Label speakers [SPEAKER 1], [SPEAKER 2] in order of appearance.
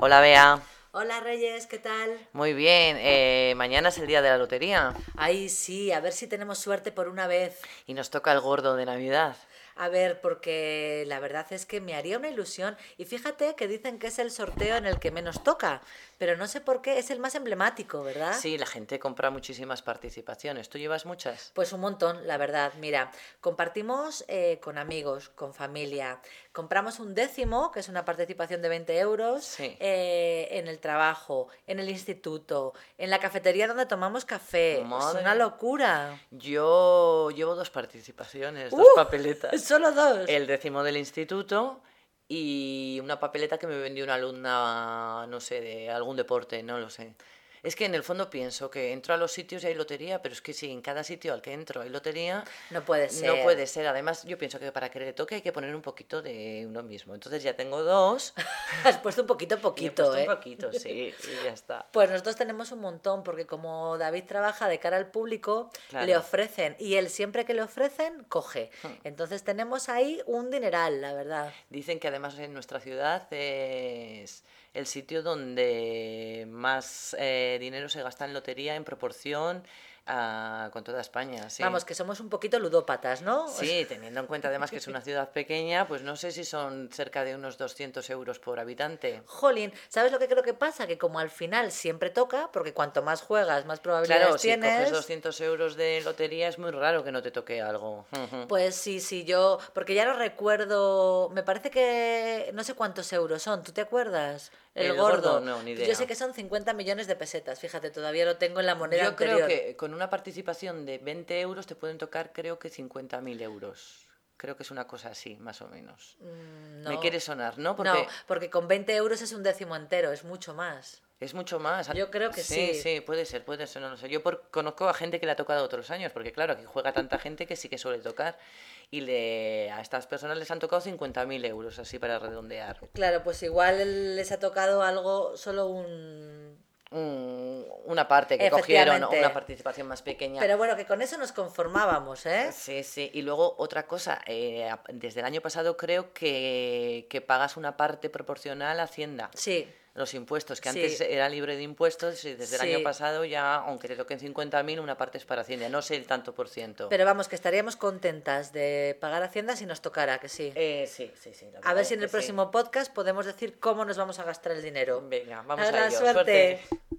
[SPEAKER 1] Hola Bea.
[SPEAKER 2] Hola Reyes, ¿qué tal?
[SPEAKER 1] Muy bien, eh, mañana es el día de la lotería
[SPEAKER 2] Ay, sí, a ver si tenemos suerte por una vez.
[SPEAKER 1] y nos toca el gordo de Navidad.
[SPEAKER 2] A ver, porque la verdad es que me haría una ilusión. Y fíjate que dicen que es el sorteo en el que menos toca, pero no sé por qué, es el más emblemático, ¿verdad?
[SPEAKER 1] Sí, la gente compra muchísimas participaciones. ¿Tú llevas muchas?
[SPEAKER 2] Pues un montón, la verdad. Mira, compartimos eh, con amigos, con familia. Compramos un décimo, que es una participación de 20 euros,
[SPEAKER 1] Sí.
[SPEAKER 2] eh, en el trabajo, en el instituto, en la cafetería donde tomamos café.
[SPEAKER 1] Madre.
[SPEAKER 2] Es una locura.
[SPEAKER 1] Yo llevo dos participaciones, dos
[SPEAKER 2] ¡Uh!
[SPEAKER 1] papeletas.
[SPEAKER 2] Solo dos.
[SPEAKER 1] El décimo del instituto y una papeleta que me vendió una alumna, no sé, de algún deporte, no lo sé. Es que en el fondo pienso que entro a los sitios y hay lotería, pero es que si en cada sitio al que entro hay lotería,
[SPEAKER 2] No puede ser.
[SPEAKER 1] No puede ser. Además, yo pienso que para que le toque hay que poner un poquito de uno mismo. Entonces ya tengo dos.
[SPEAKER 2] Has puesto un poquito
[SPEAKER 1] y
[SPEAKER 2] a
[SPEAKER 1] he
[SPEAKER 2] poquito,
[SPEAKER 1] puesto
[SPEAKER 2] ¿eh?
[SPEAKER 1] Un poquito, sí. Y ya está.
[SPEAKER 2] Pues nosotros tenemos un montón, porque como David trabaja de cara al público,
[SPEAKER 1] Claro. Hmm.
[SPEAKER 2] le ofrecen, y él siempre que le ofrecen, coge. Entonces tenemos ahí un dineral, la verdad.
[SPEAKER 1] Dicen que además en nuestra ciudad es el sitio donde más eh, dinero se gasta en lotería en proporción a, con toda España. Sí.
[SPEAKER 2] Vamos, que somos un poquito ludópatas, ¿no?
[SPEAKER 1] Sí, teniendo en cuenta además que es una ciudad pequeña, pues no sé si son cerca de unos 200 euros por habitante.
[SPEAKER 2] Jolín, ¿sabes lo que creo que pasa? Que como al final siempre toca, porque cuanto más juegas, más probabilidades
[SPEAKER 1] Claro, si
[SPEAKER 2] tienes.
[SPEAKER 1] coges 200 euros de lotería es muy raro que no te toque algo. Ujú.
[SPEAKER 2] Pues sí, sí, yo, porque ya no recuerdo, me parece que no sé cuántos euros son, ¿tú te acuerdas?
[SPEAKER 1] El gordo, no, ni idea.
[SPEAKER 2] Yo sé que son 50 millones de pesetas, fíjate, todavía lo tengo en la moneda
[SPEAKER 1] Yo
[SPEAKER 2] anterior.
[SPEAKER 1] creo que con una participación de 20 euros te pueden tocar, creo que 50.000 euros. Creo que es una cosa así, más o menos.
[SPEAKER 2] Mm,
[SPEAKER 1] Me
[SPEAKER 2] no.
[SPEAKER 1] quiere sonar, ¿no? Porque
[SPEAKER 2] No, porque con 20 euros es un décimo entero, es mucho más.
[SPEAKER 1] es mucho más.
[SPEAKER 2] Yo creo que sí.
[SPEAKER 1] Sí, puede ser, puede ser, no lo sé. Yo por- conozco a gente que le ha tocado otros años, porque claro, aquí juega tanta gente que sí que suele tocar. Y le, a estas personas les han tocado 50.000 euros, así para redondear.
[SPEAKER 2] Claro, pues igual les ha tocado algo, solo un...
[SPEAKER 1] Un- una parte que cogieron, o
[SPEAKER 2] Efectivamente.
[SPEAKER 1] una participación más pequeña.
[SPEAKER 2] Pero bueno, que con eso nos conformábamos, ¿eh?
[SPEAKER 1] Sí, sí. Y luego otra cosa, eh, a- desde el año pasado creo que, que pagas una parte proporcional a Hacienda.
[SPEAKER 2] Sí.
[SPEAKER 1] Los impuestos, que
[SPEAKER 2] Sí.
[SPEAKER 1] antes era libre de impuestos y desde el
[SPEAKER 2] Sí.
[SPEAKER 1] año pasado ya, aunque te toquen 50.000, una parte es para Hacienda, no sé el tanto por ciento.
[SPEAKER 2] Pero vamos, que estaríamos contentas de pagar Hacienda si nos tocara, que sí.
[SPEAKER 1] Eh, sí, sí, sí. la
[SPEAKER 2] A
[SPEAKER 1] verdad
[SPEAKER 2] ver si
[SPEAKER 1] es
[SPEAKER 2] en el
[SPEAKER 1] que pues sí.
[SPEAKER 2] próximo podcast podemos decir cómo nos vamos a gastar el dinero.
[SPEAKER 1] Venga, vamos
[SPEAKER 2] Ahora,
[SPEAKER 1] a ello.
[SPEAKER 2] suerte.
[SPEAKER 1] suerte.